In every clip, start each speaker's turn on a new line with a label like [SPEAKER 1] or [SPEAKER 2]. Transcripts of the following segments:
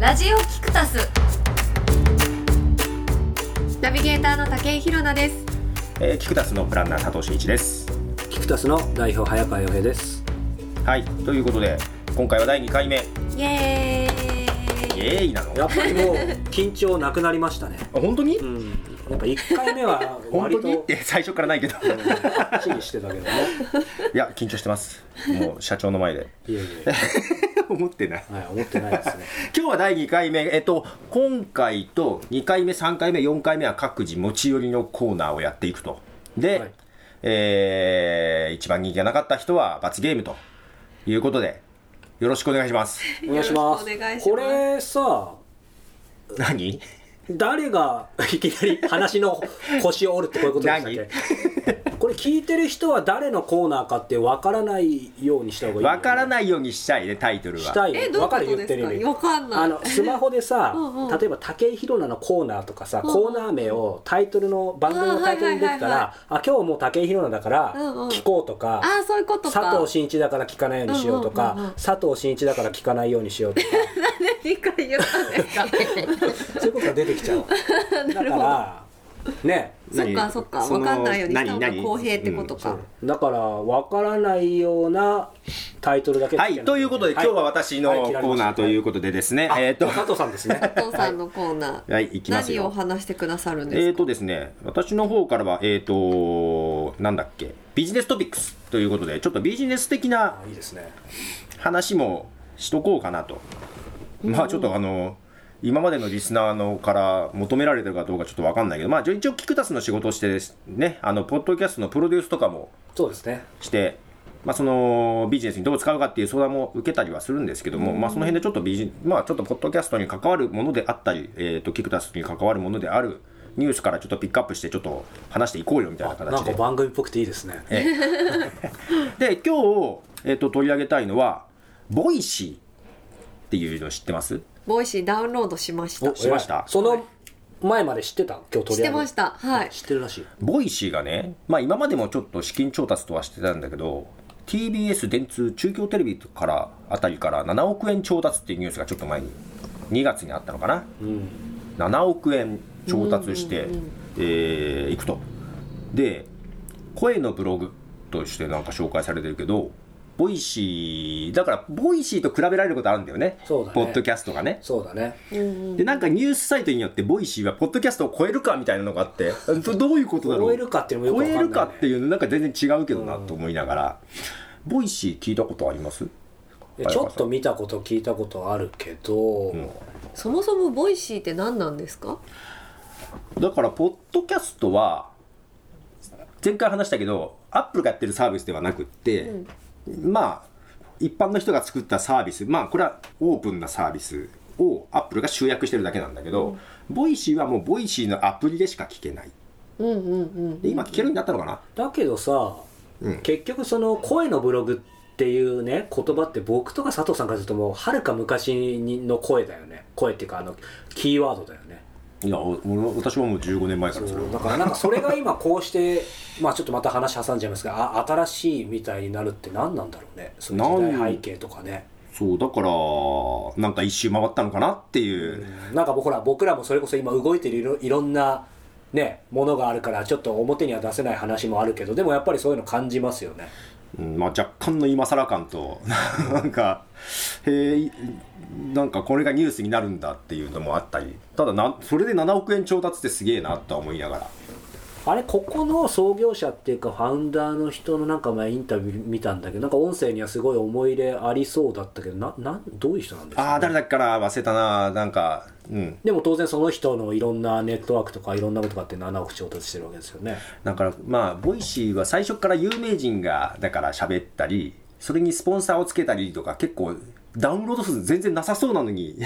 [SPEAKER 1] ラジオキクタスナビゲーターの武井宏奈です
[SPEAKER 2] えー、キクタスのプランナー佐藤真一です。
[SPEAKER 3] キクタスの代表早川洋平です
[SPEAKER 2] はい、ということで今回は第2回目イ
[SPEAKER 1] イエーイ
[SPEAKER 2] エーイなの
[SPEAKER 3] やっぱりもう緊張なくなりましたね
[SPEAKER 2] あ本当に、
[SPEAKER 3] うんやっぱ1回目は
[SPEAKER 2] 本当
[SPEAKER 3] 割と
[SPEAKER 2] にって最初からない けど
[SPEAKER 3] うん気にしてたけどね
[SPEAKER 2] いや緊張してますもう社長の前で
[SPEAKER 3] いやいやい
[SPEAKER 2] 思ってない
[SPEAKER 3] や、はい、思ってないですね
[SPEAKER 2] 今日は第2回目えっと今回と2回目3回目4回目は各自持ち寄りのコーナーをやっていくとで、
[SPEAKER 3] はい
[SPEAKER 2] えー、一番人気がなかった人は罰ゲームということでよろしくお願いし ます。
[SPEAKER 3] お願いします
[SPEAKER 1] よろしくお願いします
[SPEAKER 3] これさ
[SPEAKER 2] 何？
[SPEAKER 3] 誰がいきなり話の腰を折るってこういうことでしたっけこれ聞いてる人は誰のコーナーかってわからないようにした方がいいよね、
[SPEAKER 2] わからないようにしたいねタイトルは。
[SPEAKER 3] したいね
[SPEAKER 1] えどういう
[SPEAKER 3] わか
[SPEAKER 1] こ
[SPEAKER 3] る
[SPEAKER 1] と
[SPEAKER 3] 言っ
[SPEAKER 1] で
[SPEAKER 3] てる意味
[SPEAKER 1] すかわかんない
[SPEAKER 3] あのスマホで さ
[SPEAKER 1] うんうん
[SPEAKER 3] 例えば武井宏奈のコーナーとかさ、
[SPEAKER 1] うんうん
[SPEAKER 3] コーナー名をタイトルの番組のタイトルにできた
[SPEAKER 1] あーはいはいはいはい
[SPEAKER 3] ら「あ今日もう武井宏奈だから
[SPEAKER 1] うんうん
[SPEAKER 3] 聞こう」とか
[SPEAKER 1] あーそういうことか
[SPEAKER 3] 佐藤真一だから聞かないようにしよう」とか、
[SPEAKER 1] うんうんうんうん
[SPEAKER 3] 佐藤真一だから聞かないようにしよう」 とか
[SPEAKER 1] 何か言ったんですか
[SPEAKER 3] そういうことが出てきち ゃうだからね
[SPEAKER 1] そっかそっかわかんないようにした方が公平ってこと
[SPEAKER 3] そ
[SPEAKER 1] か
[SPEAKER 3] うだから分からないようなタイトルだけつけ
[SPEAKER 2] は
[SPEAKER 3] なきゃ
[SPEAKER 2] い、ということで、今日は私の
[SPEAKER 3] はい
[SPEAKER 2] コ
[SPEAKER 3] はい切ら
[SPEAKER 2] ー
[SPEAKER 3] れました
[SPEAKER 2] ナーということでですね、
[SPEAKER 3] あ
[SPEAKER 2] えっと、
[SPEAKER 3] 佐藤さ んですね
[SPEAKER 1] 佐藤さんのコーナー、
[SPEAKER 2] はい行きますよ
[SPEAKER 1] 何を話してくださるん
[SPEAKER 2] え
[SPEAKER 1] で
[SPEAKER 2] っ
[SPEAKER 1] すか、
[SPEAKER 2] とですね、私の方からは、えっと、なんだっけ、ビジネストピックスということで、ちょっとビジネス的な
[SPEAKER 3] あいいですね
[SPEAKER 2] 話もしとこうかなと。まあ、ちょっとあの、今までのリスナーのから求められてるかどうかちょっとわかんないけど、まあ、一応一応、キクタスの仕事をしてですね、あの、ポッドキャストのプロデュースとかも
[SPEAKER 3] そうですね
[SPEAKER 2] して、まあ、そのビジネスにどう使うかっていう相談も受けたりはするんですけども、まあ、その辺でちょっとビジ、まあ、ちょっとポッドキャストに関わるものであったり、えー、とキクタスに関わるものであるニュースからちょっとピックアップしてちょっと話していこうよみたいな
[SPEAKER 3] なん
[SPEAKER 2] 形
[SPEAKER 3] か
[SPEAKER 2] で
[SPEAKER 3] 番組っぽくていいですね
[SPEAKER 2] で今日、えー、と取り上げたいのはボイシーっていうの知ってます
[SPEAKER 1] ボイシーダウンロードしました
[SPEAKER 3] お
[SPEAKER 2] しました
[SPEAKER 3] 偉いその前まで知ってた今日取り上げ
[SPEAKER 1] しててましたはい
[SPEAKER 3] 知ってるらしい
[SPEAKER 2] ボイシーがね、まあ、今までもちょっと資金調達とはしてたんだけど TBS 電通中京テレビからあたりから7億円調達っていうニュースがちょっと前に2月にあったのかな
[SPEAKER 3] うん
[SPEAKER 2] 7億円調達して、えーいくとで声のブログとしてなんか紹介されてるけどボイシーだからボイシーと比べられることあるんだよね
[SPEAKER 3] そうだね
[SPEAKER 2] ポッドキャストがね
[SPEAKER 3] そうだね
[SPEAKER 2] でなんかニュースサイトによってボイシーはポッドキャストを超えるかみたいなのがあって どどういうことだろう
[SPEAKER 3] 超えるかっていうの
[SPEAKER 2] 超
[SPEAKER 3] もよく
[SPEAKER 2] え
[SPEAKER 3] わ
[SPEAKER 2] る
[SPEAKER 3] かんな
[SPEAKER 2] か
[SPEAKER 3] い、ね、
[SPEAKER 2] っていうのなんか全然違うけどなと思いながら、ボイシー聞いたことあります
[SPEAKER 3] でちょっと見たこと聞いたことあるけど、
[SPEAKER 1] そもそもボイシーって何なんですか
[SPEAKER 2] だからポッドキャストは前回話したけどアップルがやってるサービスではなくって、まあ一般の人が作ったサービスまあこれはオープンなサービスをアップルが集約してるだけなんだけど、ボイシーはもうボイシーのアプリでしか聞けない
[SPEAKER 1] うんうんうん
[SPEAKER 2] で今聞けるようになったのかな、
[SPEAKER 3] だけどさ、結局その声のブログっていうね言葉って僕とか佐藤さんからするともうはるか昔にの声だよね声っていうかあのキーワードだよね
[SPEAKER 2] いやお俺私はもう15年前からそれを
[SPEAKER 3] そうだからなんかそれが今こうして まあちょっとまた話挟んじゃいますがあ新しいみたいになるって何なんだろうねその時代背景とかね
[SPEAKER 2] そうだからなんか一周回ったのかなっていう、
[SPEAKER 3] なんか僕ら僕らもそれこそ今動いてるいろいろんなねものがあるからちょっと表には出せない話もあるけどでもやっぱりそういうの感じますよね
[SPEAKER 2] うんまあ、若干の今更感と なんかへえなんかこれがニュースになるんだっていうのもあったりただなそれで7億円調達ってすげえなとは思いながら
[SPEAKER 3] あれここの創業者っていうかファウンダーの人のなんか前インタビュー見たんだけどなんか音声にはすごい思い入れありそうだったけどななんどういう人なんですか、ね、
[SPEAKER 2] ああ誰だっけから忘れたななんかうん
[SPEAKER 3] でも当然その人のいろんなネットワークとかいろんなことがあって7億調達してるわけですよね
[SPEAKER 2] だからまあボイシーは最初から有名人がだから喋ったりそれにスポンサーをつけたりとか結構ダウンロード数全然なさそうなの に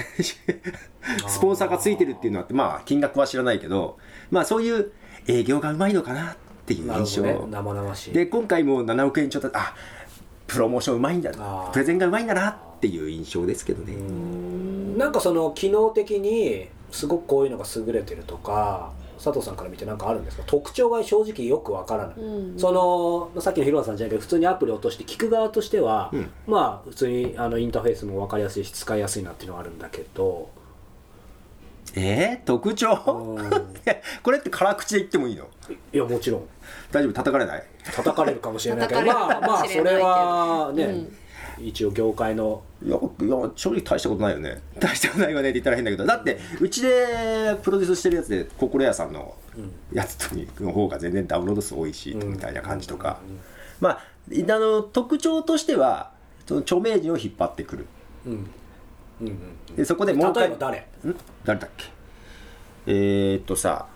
[SPEAKER 2] スポンサーがついてるっていうのはまあ金額は知らないけどまあそういう営業がうまいのかなっていう
[SPEAKER 3] なるほ
[SPEAKER 2] 印象
[SPEAKER 3] どね生々しい
[SPEAKER 2] で今回も7億円ちょっとあプロモーションうまいんだ
[SPEAKER 3] あー
[SPEAKER 2] プレゼンがうまいんだなっていう印象ですけどね、
[SPEAKER 3] なんかその機能的にすごくこういうのが優れてるとか佐藤さんから見てなんかあるんですか特徴が正直よくわからない、
[SPEAKER 1] うん
[SPEAKER 3] そのまあさっきのヒロさんじゃないけど普通にアプリ落として聞く側としては、
[SPEAKER 2] うん
[SPEAKER 3] まあ普通にあのインターフェースも分かりやすいし使いやすいなっていうのはあるんだけど
[SPEAKER 2] えー、特徴 これって辛口で言ってもいいの
[SPEAKER 3] いやもちろん
[SPEAKER 2] 大丈夫叩かれない
[SPEAKER 3] 叩かれるかもしれないけど
[SPEAKER 1] 叩
[SPEAKER 3] ま
[SPEAKER 1] かれる
[SPEAKER 3] あ
[SPEAKER 1] か
[SPEAKER 3] まあ
[SPEAKER 1] もし
[SPEAKER 3] そ
[SPEAKER 1] れない
[SPEAKER 3] れ
[SPEAKER 1] けど
[SPEAKER 3] はね、一応業界の
[SPEAKER 2] いやいや正直大したことないよね 大したことないよねって言ったら変だけどだってうちでプロデュースしてるやつで心屋さんのやつの方が全然ダウンロード数多いし、
[SPEAKER 3] ん
[SPEAKER 2] みたいな感じとか、まああの特徴としてはその著名人を引っ張ってくる
[SPEAKER 3] うんうんうん
[SPEAKER 2] でそこで
[SPEAKER 3] 例
[SPEAKER 2] もう
[SPEAKER 3] え
[SPEAKER 2] 一回
[SPEAKER 3] ば誰
[SPEAKER 2] ん誰だっけえー、っとさ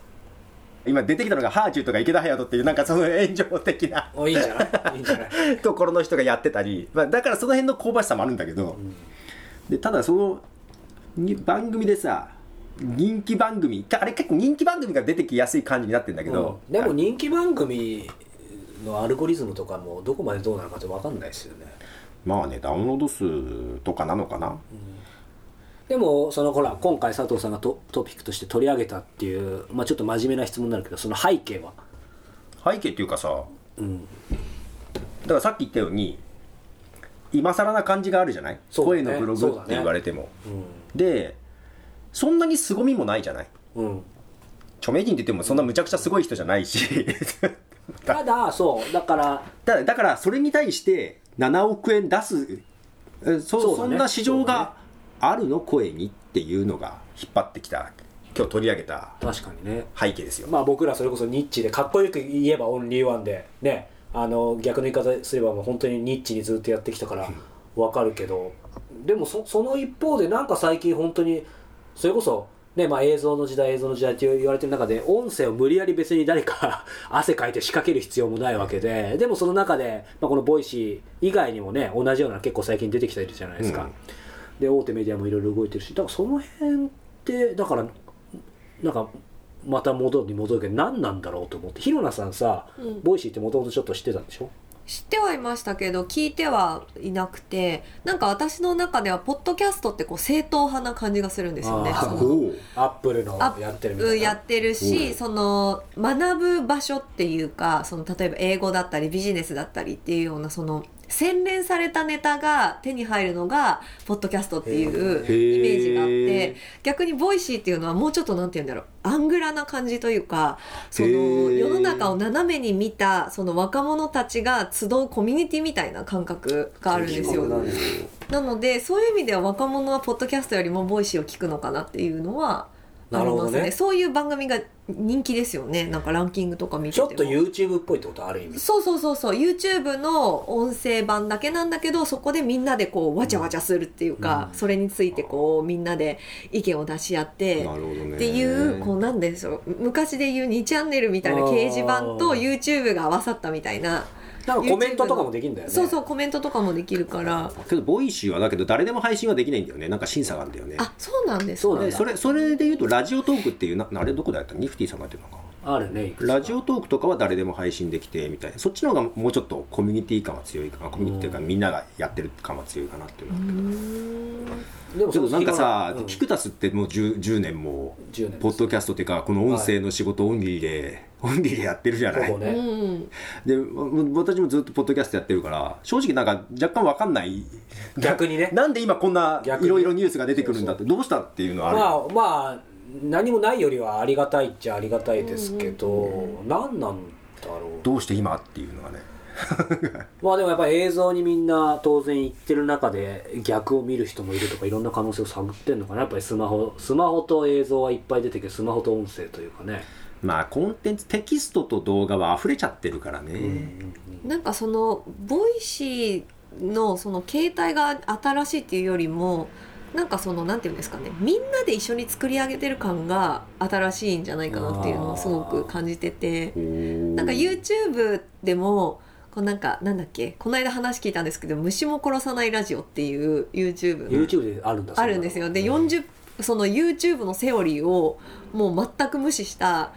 [SPEAKER 2] 今出てきたのがハーチューとか池田隼人っていうなんかその炎上的な
[SPEAKER 3] おいいんじゃないいいんじゃない
[SPEAKER 2] ところの人がやってたり、まあ、だからその辺の香ばしさもあるんだけど、でただそのに番組でさ人気番組あれ結構人気番組が出てきやすい感じになってんだけど、
[SPEAKER 3] うんでも人気番組のアルゴリズムとかもどこまでどうなのかって分かんないですよね
[SPEAKER 2] まあねダウンロード数とかなのかな、
[SPEAKER 3] でもそのほら今回佐藤さんがトトピックとして取り上げたっていう、まあ、ちょっと真面目な質問になるけどその背景は
[SPEAKER 2] 背景っていうかさ
[SPEAKER 3] うん
[SPEAKER 2] だからさっき言ったように今更な感じがあるじゃない、
[SPEAKER 3] そうだ
[SPEAKER 2] 声
[SPEAKER 3] ね
[SPEAKER 2] のブロ
[SPEAKER 3] そう
[SPEAKER 2] グ
[SPEAKER 3] だ
[SPEAKER 2] っ
[SPEAKER 3] ね
[SPEAKER 2] て言われても、
[SPEAKER 3] うん
[SPEAKER 2] でそんなに凄みもないじゃない
[SPEAKER 3] うん
[SPEAKER 2] 著名人って言ってもそんなむちゃくちゃすごい人じゃないし
[SPEAKER 3] ただそうだから
[SPEAKER 2] だだからそれに対して7億円出すえそ
[SPEAKER 3] そう
[SPEAKER 2] そ
[SPEAKER 3] だね
[SPEAKER 2] んな市場があるの声にっていうのが引っ張ってきた今日取り上げた
[SPEAKER 3] 確かにね
[SPEAKER 2] 背景ですよ、
[SPEAKER 3] まあ僕らそれこそニッチでかっこよく言えばオンリーワンでねあの逆の言い方すればもう本当にニッチにずっとやってきたからわかるけどでもそその一方でなんか最近本当にそれこそねまあ映像の時代映像の時代って言われてる中で音声を無理やり別に誰か 汗かいて仕掛ける必要もないわけででもその中で、まあ、このボイシー以外にもね同じような結構最近出てきたりじゃないですか、
[SPEAKER 2] うん
[SPEAKER 3] で大手メディアもいろいろ動いてるしだからその辺ってだからなんかまた戻るに戻るけど何なんだろうと思ってひろなさんさ、
[SPEAKER 1] うん
[SPEAKER 3] ボイシーってもともとちょっと知ってたんでしょ
[SPEAKER 1] 知ってはいましたけど聞いてはいなくてなんか私の中ではポッドキャストってこう正統派な感じがするんですよね
[SPEAKER 3] あー
[SPEAKER 1] その
[SPEAKER 2] おう
[SPEAKER 3] アップルの
[SPEAKER 1] あ
[SPEAKER 3] やってるみた
[SPEAKER 1] うん
[SPEAKER 3] い
[SPEAKER 1] や
[SPEAKER 3] な
[SPEAKER 1] ってるし、
[SPEAKER 2] うん
[SPEAKER 1] その学ぶ場所っていうかその例えば英語だったりビジネスだったりっていうようなその洗練されたネタが手に入るのがポッドキャストっていうイ
[SPEAKER 2] へ
[SPEAKER 1] メージがあっ
[SPEAKER 2] へー
[SPEAKER 1] て逆にボイシーっていうのはもうちょっとなんて言うんだろうアングラな感じというかそ
[SPEAKER 2] へ
[SPEAKER 1] の
[SPEAKER 2] ー
[SPEAKER 1] 世の中を斜めに見たその若者たちが集うコミュニティみたいな感覚があるんですよ。
[SPEAKER 3] そうです
[SPEAKER 1] なのでそういう意味では若者はポッドキャストよりもボイシーを聞くのかなっていうのはあ
[SPEAKER 3] なる
[SPEAKER 1] り
[SPEAKER 3] ほ
[SPEAKER 1] ま
[SPEAKER 3] ど
[SPEAKER 1] す
[SPEAKER 3] ね
[SPEAKER 1] ねそういう番組が人気ですよねなんかランキングとか見て
[SPEAKER 3] ち
[SPEAKER 1] て
[SPEAKER 3] ょ
[SPEAKER 1] も
[SPEAKER 3] っと YouTube っぽいってことある意味
[SPEAKER 1] そうそうそうそう YouTube の音声版だけなんだけどそこでみんなでこうわちゃわちゃするっていうか、
[SPEAKER 3] うん
[SPEAKER 1] それについてこうみんなで意見を出し合って
[SPEAKER 2] なるほどね
[SPEAKER 1] っていうこうなんでしょう昔で言う2チャンネルみたいな掲示板
[SPEAKER 3] あ
[SPEAKER 1] と
[SPEAKER 3] ー
[SPEAKER 1] YouTube が合わさったみたいな
[SPEAKER 3] なんかコメントとかもできるんだよね
[SPEAKER 1] そうそうコメントとかもできるから
[SPEAKER 2] けどボイシーはだけど誰でも配信はできないんだよねなんか審査があるんだよね
[SPEAKER 1] あそうなんです
[SPEAKER 3] そう
[SPEAKER 1] か
[SPEAKER 3] なん
[SPEAKER 2] で
[SPEAKER 3] だ
[SPEAKER 2] それそれでいうとラジオトークっていうなあれどこでやったニフティさんがやってるのか
[SPEAKER 3] あるねいくつか
[SPEAKER 2] ラジオトークとかは誰でも配信できてみたいなそっちの方がもうちょっとコミュニティ感は強いかなコミュニティっていうかみんながやってる感は強いかなっていうのは
[SPEAKER 1] うーん
[SPEAKER 3] でも
[SPEAKER 2] ちょっとなんかさ、
[SPEAKER 3] うん
[SPEAKER 2] キクタスってもう 10, 10年も
[SPEAKER 3] 10年
[SPEAKER 2] ポッドキャストっていうかこの音声の仕事オンリーで、オンリーでやってるじゃない、
[SPEAKER 3] ほ
[SPEAKER 1] う
[SPEAKER 3] ぼね
[SPEAKER 1] ん
[SPEAKER 2] でわ私もずっとポッドキャストやってるから正直なんか若干わかんない
[SPEAKER 3] 逆にね
[SPEAKER 2] ななんで今こんな
[SPEAKER 3] 逆に
[SPEAKER 2] いろいろニュースが出てくるんだってどうしたっていうのはある、
[SPEAKER 3] まあまあ何もないよりはありがたいっちゃありがたいですけど、何なんだろう
[SPEAKER 2] どうして今っていうのはね
[SPEAKER 3] まあでもやっぱり映像にみんな当然行ってる中で逆を見る人もいるとかいろんな可能性を探ってんのかなやっぱりスマホスマホと映像はいっぱい出てきてスマホと音声というかね
[SPEAKER 2] まあコンテンツテキストと動画は溢れちゃってるからね、
[SPEAKER 1] なんかそのボイシーのその携帯が新しいっていうよりもなんかそのなんていうんですかねみんなで一緒に作り上げてる感が新しいんじゃないかなっていうのをすごく感じててなんか YouTube でもこうなんかなんだっけこの間話聞いたんですけど「虫も殺さないラジオ」っていう YouTube の
[SPEAKER 3] YouTube であるんだ
[SPEAKER 1] あるんですよで40その YouTube のセオリーをもう全く無視した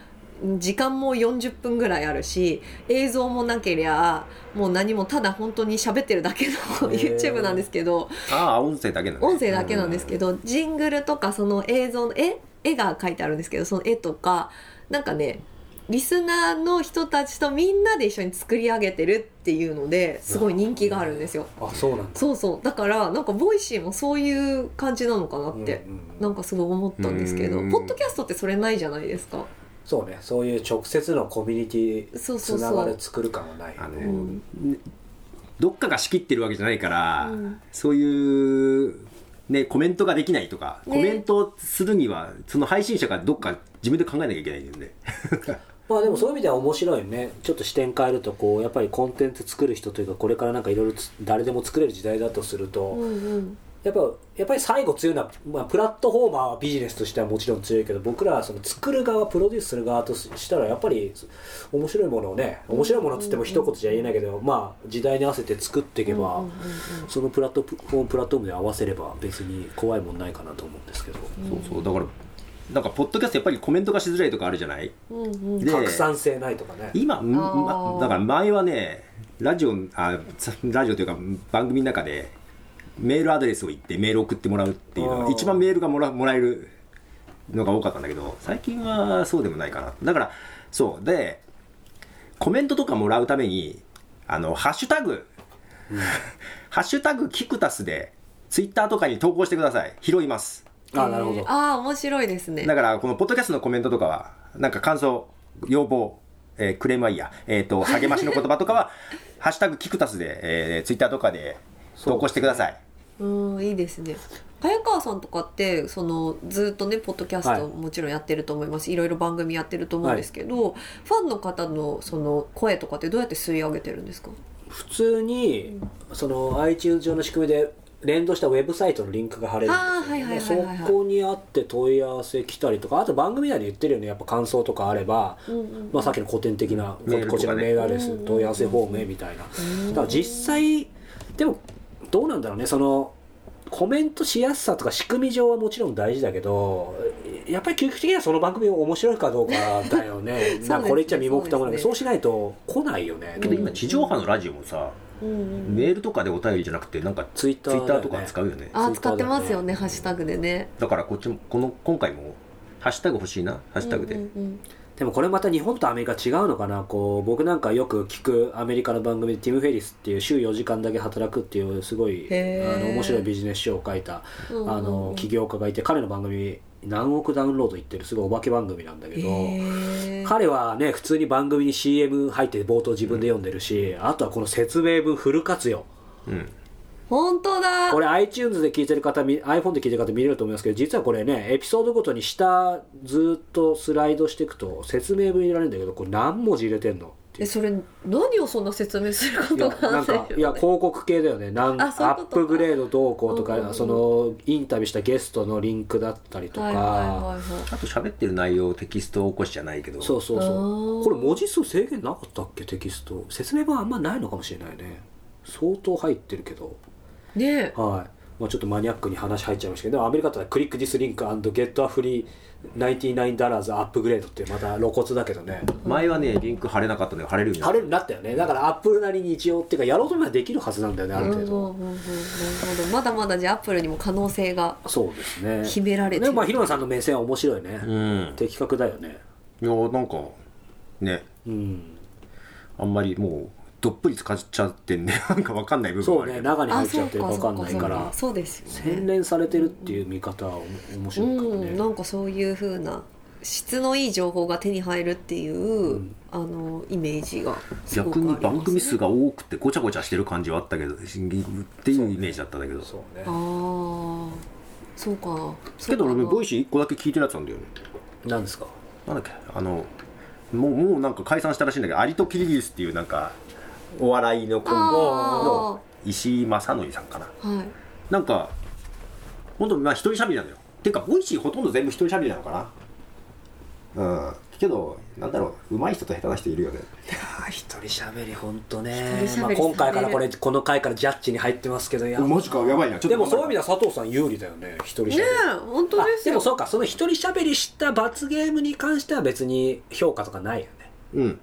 [SPEAKER 1] 時間も40分ぐらいあるし映像もなけりゃもう何もただ本当に喋ってるだけの YouTube なんですけど
[SPEAKER 2] ああ音声だけなんだ
[SPEAKER 1] 音声だけなんですけどジングルとかその映像の絵絵が描いてあるんですけどその絵とかなんかねリスナーの人たちとみんなで一緒に作り上げてるっていうのですごい人気があるんですよ。
[SPEAKER 3] あそうなんだ
[SPEAKER 1] そうそうだからなんかボイシーもそういう感じなのかなって、
[SPEAKER 3] うんうんうん
[SPEAKER 1] なんかすごい思ったんですけど
[SPEAKER 2] うん
[SPEAKER 1] ポッドキャストってそれないじゃないですか。
[SPEAKER 3] そうねそういう直接のコミュニティ
[SPEAKER 1] そうそ
[SPEAKER 3] つ
[SPEAKER 1] う
[SPEAKER 3] な
[SPEAKER 1] そ
[SPEAKER 3] がる
[SPEAKER 1] う。
[SPEAKER 3] 作る感はない
[SPEAKER 2] あの、
[SPEAKER 1] ん
[SPEAKER 2] ねどっかが仕切ってるわけじゃないから、
[SPEAKER 1] うん
[SPEAKER 2] そういう、ね、コメントができないとか、
[SPEAKER 1] ね
[SPEAKER 2] コメントをするにはその配信者がどっか自分で考えなきゃいけないんで、
[SPEAKER 3] まあでもそういう意味では面白いねちょっと視点変えるとこうやっぱりコンテンツ作る人というかこれからなんかいろいろつ誰でも作れる時代だとすると、
[SPEAKER 1] うんうん
[SPEAKER 3] やっぱやっぱり最後強いのは、まあ、プラットフォーマーはビジネスとしてはもちろん強いけど僕らはその作る側プロデュースする側としたらやっぱり面白いものをね面白いものっつっても一言じゃ言えないけど、まあ、時代に合わせて作っていけば、
[SPEAKER 1] うんうんうんうん
[SPEAKER 3] そのプラットフォームプラットフォームで合わせれば別に怖いもんないかなと思うんですけど、
[SPEAKER 2] そうそうだからなんかポッドキャストやっぱりコメントがしづらいとかあるじゃない
[SPEAKER 1] うんうん
[SPEAKER 2] で
[SPEAKER 3] 拡散性ないとかね
[SPEAKER 2] 今、んま
[SPEAKER 1] ー
[SPEAKER 2] だから前はねラジオあさラジオというか番組の中でメールアドレスを言ってメールを送ってもらうっていうの
[SPEAKER 3] あ
[SPEAKER 2] が
[SPEAKER 3] ー
[SPEAKER 2] 一番メールがもらもらえるのが多かったんだけど最近はそうでもないかなだからそうでコメントとかもらうためにあのハッシュタグ、 ハッシュタグキクタスでツイッターとかに投稿してください拾います
[SPEAKER 3] あなるほ
[SPEAKER 1] え
[SPEAKER 3] ど
[SPEAKER 1] ーああ面白いですね。
[SPEAKER 2] だから、このポッドキャストのコメントとかは、なんか感想、要望、えークレームはいいや、えっ、と、励ましの言葉とか は、ハッシュタグキクタスで、えツイッター Twitter とかで投稿してください。
[SPEAKER 1] うんいいですね早川さんとかってそのずっとねポッドキャス
[SPEAKER 3] は
[SPEAKER 1] ト
[SPEAKER 3] い
[SPEAKER 1] もちろんやってると思います、い、ろいろ番組やってると思うんですけど、ファンの方のその声とかってどうやって吸い上げてるんですか
[SPEAKER 3] 普通にその iTunes 上の仕組みで連動したウェブサイトのリンクが貼れる
[SPEAKER 1] あーはい
[SPEAKER 3] ん
[SPEAKER 1] は
[SPEAKER 3] で
[SPEAKER 1] い
[SPEAKER 3] す
[SPEAKER 1] はい
[SPEAKER 3] よ
[SPEAKER 1] はいはい
[SPEAKER 3] そこにあって問い合わせ来たりとかあと番組内で言ってるよねやっぱ感想とかあれば、
[SPEAKER 1] うんうん
[SPEAKER 3] まあ、さっきの古典的な
[SPEAKER 2] メールとかね
[SPEAKER 3] こちらのメールアドレス
[SPEAKER 1] うん
[SPEAKER 3] 問い合わせフォームへみたいなだから実際でもどうなんだろうねそのコメントしやすさとか仕組み上はもちろん大事だけどやっぱり究極的にはその番組面白いかどうかだ よね
[SPEAKER 1] ね
[SPEAKER 3] なんかこれ言っちゃ身も蓋もないけ
[SPEAKER 1] そ
[SPEAKER 3] どそううしないと来ないよね
[SPEAKER 2] けど今、地上波のラジオもさ、
[SPEAKER 1] うんうん
[SPEAKER 2] メールとかでお便りじゃなくて、なんかツ
[SPEAKER 3] ツイッ
[SPEAKER 2] イ
[SPEAKER 3] ターだよ
[SPEAKER 2] ッ
[SPEAKER 3] ね
[SPEAKER 2] ターとか使うよね。
[SPEAKER 1] あー
[SPEAKER 3] Twitter
[SPEAKER 1] 使ってますよ
[SPEAKER 3] だ
[SPEAKER 1] ね
[SPEAKER 3] よね
[SPEAKER 1] ハッシュタグでね
[SPEAKER 2] だからこっちも、この、今回も、ハッシュタグ欲しいな、ハッシュタグで。
[SPEAKER 1] うんうん
[SPEAKER 3] でもこれまた日本とアメリカ違うのかなこう僕なんかよく聞くアメリカの番組でティム・フェリスっていう週4時間だけ働くっていうすごいあ
[SPEAKER 1] へー
[SPEAKER 3] の面白いビジネス書を書いた
[SPEAKER 1] うんうん
[SPEAKER 3] あの起業家がいて彼の番組何億ダウンロードいってるすごいお化け番組なんだけど。
[SPEAKER 1] へー
[SPEAKER 3] 彼はね普通に番組に CM 入って冒頭自分で読んでるし、あとはこの説明文フル活用
[SPEAKER 2] うん。
[SPEAKER 1] 本当 だ
[SPEAKER 3] これ iTunes で聞いてる方み iPhone で聞いてる方見れると思いますけど実はこれねエピソードごとに下ずっとスライドしていくと説明文入れられるんだけどこれ何文字入れてんのっ
[SPEAKER 1] え
[SPEAKER 3] ていう
[SPEAKER 1] それ何をそんな説明するこ
[SPEAKER 3] い
[SPEAKER 1] と
[SPEAKER 3] や
[SPEAKER 1] が
[SPEAKER 3] なん
[SPEAKER 1] ある
[SPEAKER 3] か
[SPEAKER 1] の
[SPEAKER 3] いや広告系だよねなん
[SPEAKER 1] あそういう
[SPEAKER 3] ア
[SPEAKER 1] こ
[SPEAKER 3] ッ
[SPEAKER 1] とか
[SPEAKER 3] プグレードどうこうとか、
[SPEAKER 1] うんうんうん
[SPEAKER 3] そのインタビューしたゲストのリンクだったりとか、
[SPEAKER 1] はいはいはいはい
[SPEAKER 2] あと喋ってる内容、テキスト起こしじゃないけど、
[SPEAKER 3] そうそう
[SPEAKER 1] あ
[SPEAKER 3] そ
[SPEAKER 1] ー
[SPEAKER 3] うこれ文字数制限なかったっけテキスト説明文あんまないのかもしれないね相当入ってるけど
[SPEAKER 1] ねえ
[SPEAKER 3] はい、まあ、ちょっとマニアックに話入っちゃいましたけどでもアメリカだったらクリックディスリンクゲットアフリー99ダラーズアップグレードっていうまた露骨だけどね
[SPEAKER 2] 前はね、リンク貼れなかったんだけど、貼れるようになっ
[SPEAKER 3] 晴れるなったよねだからアップルなりに一応っていうかやろうと思えばできるはずなんだよねある程
[SPEAKER 1] うん
[SPEAKER 3] 度、
[SPEAKER 1] うんうんうんなるほどまだまだじゃあアップルにも可能性が
[SPEAKER 3] そうですね
[SPEAKER 1] 秘められてる
[SPEAKER 3] でもまあヒロさんの目線は面白いね、
[SPEAKER 2] た。うん。
[SPEAKER 3] 的確だよね
[SPEAKER 2] いや、なんか、ね、
[SPEAKER 3] うん
[SPEAKER 2] あんまりもうどっぷり使っちゃってんね なんかわかんない部分
[SPEAKER 3] そ
[SPEAKER 2] はあ
[SPEAKER 3] う
[SPEAKER 2] る
[SPEAKER 3] ね中に
[SPEAKER 1] あ
[SPEAKER 3] 入っちゃってるか分かんないから
[SPEAKER 1] そうですよ
[SPEAKER 3] 洗
[SPEAKER 1] ね
[SPEAKER 3] 練されてるっていう見方はお面
[SPEAKER 1] う
[SPEAKER 3] 白いかもね、
[SPEAKER 1] んなんかそういうふうな質のいい情報が手に入るっていう、
[SPEAKER 3] ん
[SPEAKER 1] あのイメージがすごくあります
[SPEAKER 2] 逆に
[SPEAKER 1] ね
[SPEAKER 2] 番組数が多くてごちゃごちゃしてる感じはあったけどっていうイメージだったんだけど
[SPEAKER 3] そうね
[SPEAKER 1] ああそうか
[SPEAKER 2] けど俺ボイ
[SPEAKER 1] シ
[SPEAKER 2] シー1個だけ聞いてるやつなんだよね
[SPEAKER 3] なんですか
[SPEAKER 2] なんだっけあのもうもうなんか解散したらしいんだけどアリとキリギリスっていうなんかお笑いのコンビの石井正則さんかな
[SPEAKER 1] はい
[SPEAKER 2] なんか本当まあ一人喋りなのよていうかボイシーほとんど全部一人喋りなのかなうんけどなんだろう上手い人と下手な人いるよね
[SPEAKER 3] 一人喋り本当ね
[SPEAKER 1] 一人喋り
[SPEAKER 3] まあ、今回からこれこの回からジャッジに入ってますけどや
[SPEAKER 2] マジかやばいなちょっと
[SPEAKER 3] でもそういう意味では佐藤さん有利だよね一人喋り、
[SPEAKER 1] ねえ本当
[SPEAKER 3] あ
[SPEAKER 1] です
[SPEAKER 3] で
[SPEAKER 1] よ
[SPEAKER 3] もそうかその一人喋りした罰ゲームに関しては別に評価とかないよね
[SPEAKER 2] うん。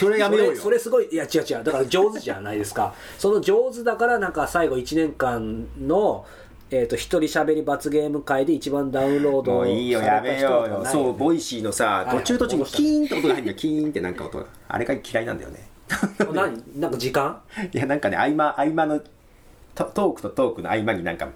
[SPEAKER 2] それやめようよ。
[SPEAKER 3] それそれすごいいや違う 違うだから上手じゃないですかその上手だからなんか最後1年間のえっ、と、一人喋り罰ゲーム会で一番ダウンロード
[SPEAKER 2] もういいよやめようよ
[SPEAKER 3] そ
[SPEAKER 2] そううボイシーのさ
[SPEAKER 3] はい
[SPEAKER 2] 途中途中にキーンって音が入るんだよキーンってなんか音があれが嫌いなんだよね
[SPEAKER 3] 何なんか時間
[SPEAKER 2] いやなんかね合間合間のトトークとトークの合間になんか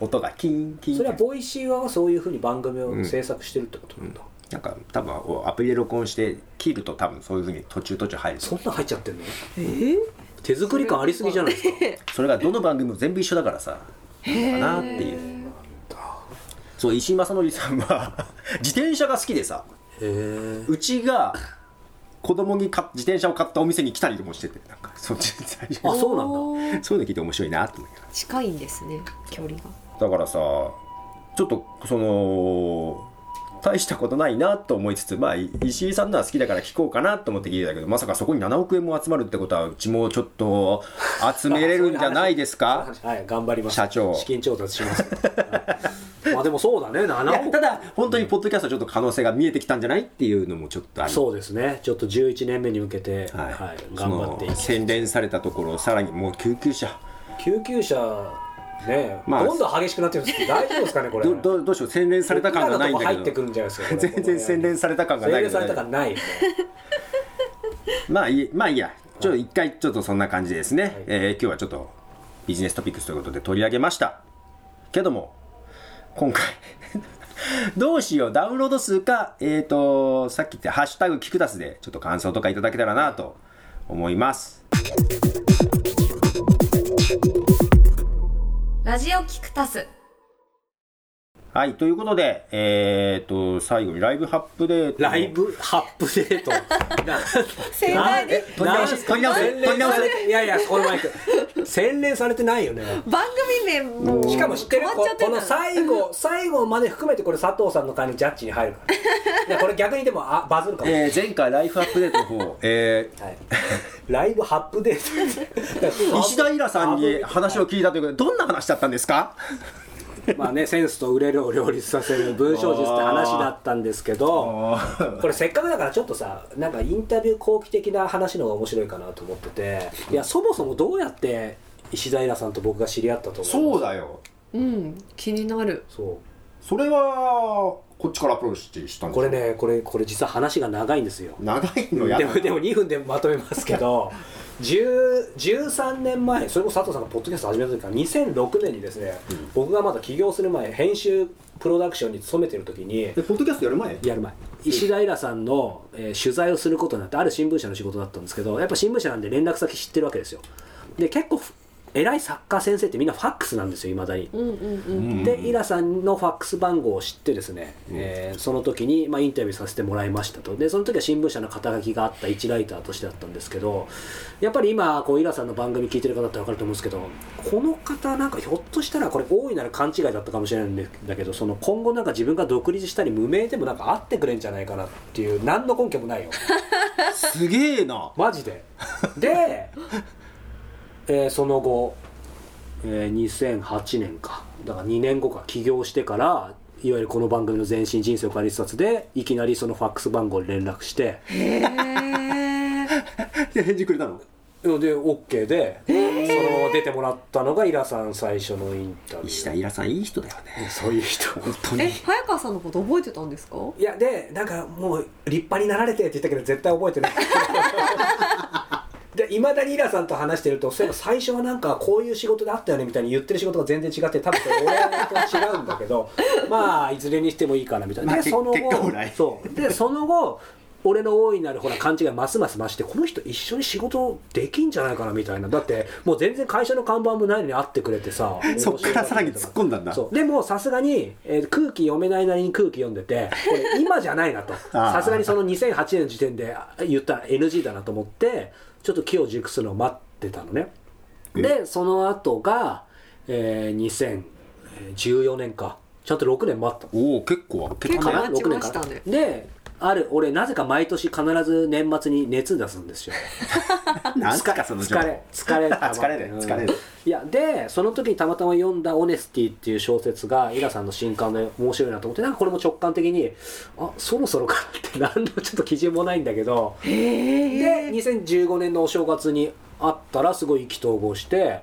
[SPEAKER 2] 音がキーンキーン
[SPEAKER 3] それはボイシー側がそういうふうに番組を制作してるってことなんだ、
[SPEAKER 2] なんか多分アプリで録音して切ると多分そういうふうに途中途中入る
[SPEAKER 3] そんな入っちゃってんの
[SPEAKER 1] えー、
[SPEAKER 3] 手作り感ありすぎじゃないですか
[SPEAKER 2] それがどの番組も全部一緒だからさかなっていうそう石井正則さんは 自転車が好きでさ
[SPEAKER 3] へ
[SPEAKER 2] うちが子供にか自転車を買ったお店に来たりもしててなんかそっち最初
[SPEAKER 3] あそうなん
[SPEAKER 1] なん
[SPEAKER 2] そういうの聞いて面白いなと思いなが
[SPEAKER 1] 近いんですね距離が
[SPEAKER 2] らだからさちょっとその大したことないなと思いつつまあい石井さんのは好きだから聞こうかなと思って聞いてたけどまさかそこに7億円も集まるってことはうちもちょっと集めれるんじゃないです か
[SPEAKER 3] だはい頑張ります
[SPEAKER 2] 社長
[SPEAKER 3] 資金調達します、 はいまあでもそうだ
[SPEAKER 2] い
[SPEAKER 3] ね7
[SPEAKER 2] や
[SPEAKER 3] 億
[SPEAKER 2] ただ本当にポッドキャストはちょっと可能性が見えてきたんじゃないっていうのもちょっとあり
[SPEAKER 3] そうですねちょっと11年目に向けて、は
[SPEAKER 2] はいい
[SPEAKER 3] 頑張ってい
[SPEAKER 2] その
[SPEAKER 3] き
[SPEAKER 2] 洗練されたところをさらにもう救急車
[SPEAKER 3] 救急車ね、
[SPEAKER 2] まあ
[SPEAKER 3] どんどん激しくなってるんですけど大丈夫ですかねこれ
[SPEAKER 2] どどうどうしよう洗練された感がないんだ
[SPEAKER 3] 僕らのとこ入って
[SPEAKER 2] け
[SPEAKER 3] く
[SPEAKER 2] ど
[SPEAKER 3] るんじゃないですかこれ
[SPEAKER 2] 全然洗練された感がな
[SPEAKER 3] 洗
[SPEAKER 2] い
[SPEAKER 3] 練
[SPEAKER 2] けど
[SPEAKER 3] された感ないですね
[SPEAKER 2] まあいいまあいいやちょっと一回ちょっとそんな感じですね、えー今日はちょっとビジネストピックスということで取り上げましたけども今回 どうしようダウンロード数かえっ、とさっき言った「ハッシュタグキクタス」でちょっと感想とかいただけたらなと思います
[SPEAKER 4] ラジオキクタス
[SPEAKER 2] はい、ということで、えー、と、最後にライブアップデート。
[SPEAKER 3] ライブハップ デート。
[SPEAKER 1] 盛大に
[SPEAKER 2] 取り直し取り直し
[SPEAKER 3] 洗練
[SPEAKER 2] 取り直し
[SPEAKER 3] されていやいや、このマイク。洗練されてないよね。
[SPEAKER 1] 番組名も
[SPEAKER 3] しかも知って
[SPEAKER 1] 変
[SPEAKER 3] る
[SPEAKER 1] わ
[SPEAKER 3] こ
[SPEAKER 1] っちゃって
[SPEAKER 3] こ
[SPEAKER 1] るん
[SPEAKER 3] の
[SPEAKER 1] だ
[SPEAKER 3] 最後、最後まで含めてこれ佐藤さんの回のジャッジに入 るから。いや、これ逆にでもあバズるかもしれない。
[SPEAKER 2] えー、前回ライフアップデートの方、え
[SPEAKER 3] はいライブハップデ ー
[SPEAKER 2] ー、
[SPEAKER 3] ト。
[SPEAKER 2] 石田イラさんに話を聞いたということで、どんな話だったんですか
[SPEAKER 3] まあね、センスと売れるを両立させる文章術って話だったんですけどこれせっかくだからちょっとさなんかインタビュー後期的な話の方が面白いかなと思ってていやそもそもどうやって石平さんと僕が知り合ったと思う
[SPEAKER 2] だよ。
[SPEAKER 1] うん気にな る
[SPEAKER 3] そう
[SPEAKER 2] それは、こっちからアプローチしたん
[SPEAKER 3] これ。ねこれこれ実は話が長いんですよ
[SPEAKER 2] 長いのや
[SPEAKER 3] でもでも2分でまとめますけど10 13年前それこそ佐藤さんがポッドキャスト始めた時から2006年にですね、僕がまだ起業する前編集プロダクションに勤めてる時に、
[SPEAKER 2] ポッドキャストやる前
[SPEAKER 3] やる前石田イラさんの、えー取材をすることになってある新聞社の仕事だったんですけどやっぱ新聞社なんで連絡先知ってるわけですよで結構ふ偉い作家先生ってみんなファックスなんですよいまだに、
[SPEAKER 1] うんうんうん
[SPEAKER 3] でイラさんのファックス番号を知ってですね、えーその時に、まあ、インタビューさせてもらいましたとでその時は新聞社の肩書きがあった一ライターとしてだったんですけどやっぱり今こうイラさんの番組聞いてる方って分かると思うんですけどこの方なんかひょっとしたらこれ大いなる勘違いだったかもしれないんだけどその今後なんか自分が独立したり無名でもなんか会ってくれんじゃないかなっていう何の根拠もないよ
[SPEAKER 2] すげえな。
[SPEAKER 3] マジでで、えーその後、えー2008年かだから2年後か起業してからいわゆるこの番組の前身人生を変える一冊でいきなりそのファックス番号に連絡して
[SPEAKER 1] へえ
[SPEAKER 2] で、 返事くれたの
[SPEAKER 3] で OK でそのまま出てもらったのがイラさん最初のインタビュー
[SPEAKER 2] 石田イラさん、いい人だよね。
[SPEAKER 3] そういう人
[SPEAKER 2] 本当
[SPEAKER 1] え
[SPEAKER 2] に。
[SPEAKER 1] 早川さんのこと覚えてたんですか
[SPEAKER 3] いやでなんかもう立派になられてって言ったけど絶対覚えてない でいまだにイラさんと話してるとそういえば最初はなんかこういう仕事であったよねみたいに言ってる仕事が全然違って多分俺と違うんだ けどまあいずれにしてもいいかなみたいな、
[SPEAKER 2] まあ
[SPEAKER 3] で
[SPEAKER 2] け
[SPEAKER 3] その
[SPEAKER 2] 結果オー
[SPEAKER 3] 後
[SPEAKER 2] ライ
[SPEAKER 3] そうでその後俺の大いなるほら勘違いますます増してこの人一緒に仕事できんじゃないかなみたいなだってもう全然会社の看板もないのに会ってくれてさ
[SPEAKER 2] そっからさらに突っ込んだんだ。
[SPEAKER 3] そうでもさすがに、えー空気読めないなりに空気読んでてこれ 今じゃないなと
[SPEAKER 2] あー
[SPEAKER 3] さすがにその2008年の時点であ言ったら NG だなと思ってちょっと木を熟すのを待ってたのねでその後が、えー2014年かちゃんと6年待った
[SPEAKER 2] おお結構、結
[SPEAKER 1] 結構
[SPEAKER 2] 構ね。
[SPEAKER 1] 待ちました
[SPEAKER 3] 6
[SPEAKER 1] ね
[SPEAKER 3] 年かである俺なぜか毎年必ず年末に熱出すんですよ
[SPEAKER 2] なんすか、その情報
[SPEAKER 3] 疲れ疲れ
[SPEAKER 2] あ疲れる
[SPEAKER 3] うん
[SPEAKER 2] 疲れる
[SPEAKER 3] いやでその時にたまたま読んだ「オネスティ」っていう小説がイラさんの新刊で面白いなと思ってなんかこれも直感的にあそろそろかなって何のちょっと基準もないんだけどで2015年のお正月に会ったらすごい意気投合して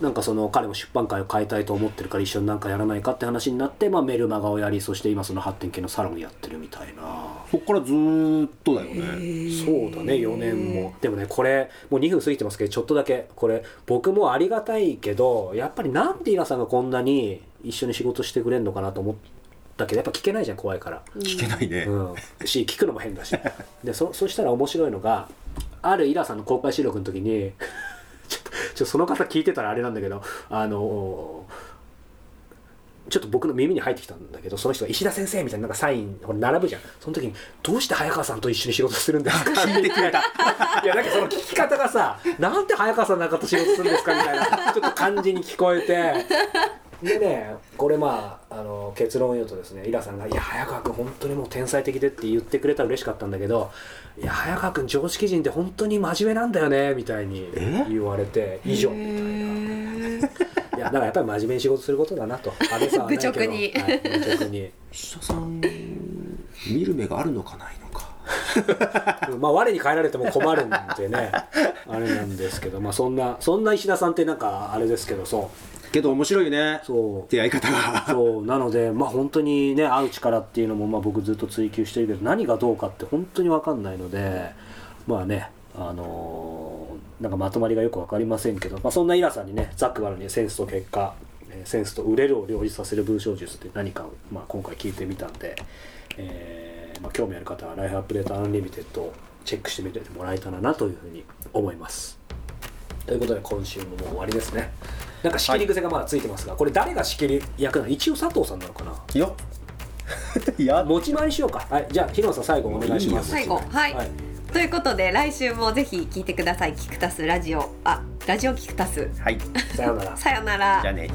[SPEAKER 3] なんかその彼も出版界を変えたいと思ってるから一緒になんかやらないかって話になって、まあ、メルマガをやりそして今その発展系のサロンやってるみたいな
[SPEAKER 2] そっからずーっとだよね
[SPEAKER 3] そうだね4年もでもねこれもう2分過ぎてますけどちょっとだけこれ僕もありがたいけどやっぱりなんでイラさんがこんなに一緒に仕事してくれるのかなと思ったけどやっぱ聞けないじゃん怖いから
[SPEAKER 2] 聞けないね、
[SPEAKER 3] うん、し聞くのも変だしでそそしたら面白いのがあるイラさんの公開収録の時に ちょっとちょっとその方聞いてたらあれなんだけどあのちょっと僕の耳に入ってきたんだけどその人が石田先生みたいななんかサインほら並ぶじゃんその時に「どうして早川さんと一緒に仕事するんですか?」って言ってくれたいやなんかその聞き方がさ「なんで早川さんなんかと仕事するんですか?」みたいなちょっと感じに聞こえてでねこれまああの結論を言うとですねイラさんが「いや早川君本当にもう天才的で」って言ってくれたら嬉しかったんだけど「いや早川君常識人って本当に真面目なんだよね」みたいに言われて「以上」みたいな。いやだからやっぱり真面目に仕事することだ なと安倍さんはないけど
[SPEAKER 1] 愚直に
[SPEAKER 3] はい愚直に
[SPEAKER 2] 石田さん見る目があるのかないのか
[SPEAKER 3] うんまあ我に返られても困るんでねあれなんですけどまあそんなそんな石田さんってなんかあれですけどそう
[SPEAKER 2] けど面白いよね
[SPEAKER 3] そう
[SPEAKER 2] 出会い方が
[SPEAKER 3] そうなので、まあ、本当にね会う力っていうのも、まあ、僕ずっと追求してるけど何がどうかって本当に分かんないのでまあねあのーなんかまとまりがよく分かりませんけど、まあ、そんなイラさんにねざっくばらんにセンスと結果えーセンスと売れるを両立させる文章術って何かを、まあ、今回聞いてみたんで、えーまあ、興味ある方は「ライフアップデートアンリミテッド」をチェックしてみてもらえたらなというふうに思います。ということで今週ももう終わりですねなんか仕切り癖がまだついてますが、これ誰が仕切り役なの一応佐藤さんなのかな
[SPEAKER 2] よい や
[SPEAKER 3] 持ち回りしようかはいじゃあひろさん最後お願いします
[SPEAKER 1] 最後はい、ということで来週もぜひ聞いてください「キクタスラジオ」あラジオキクタス
[SPEAKER 2] はい
[SPEAKER 3] さようなら
[SPEAKER 1] さよなら
[SPEAKER 2] じゃあね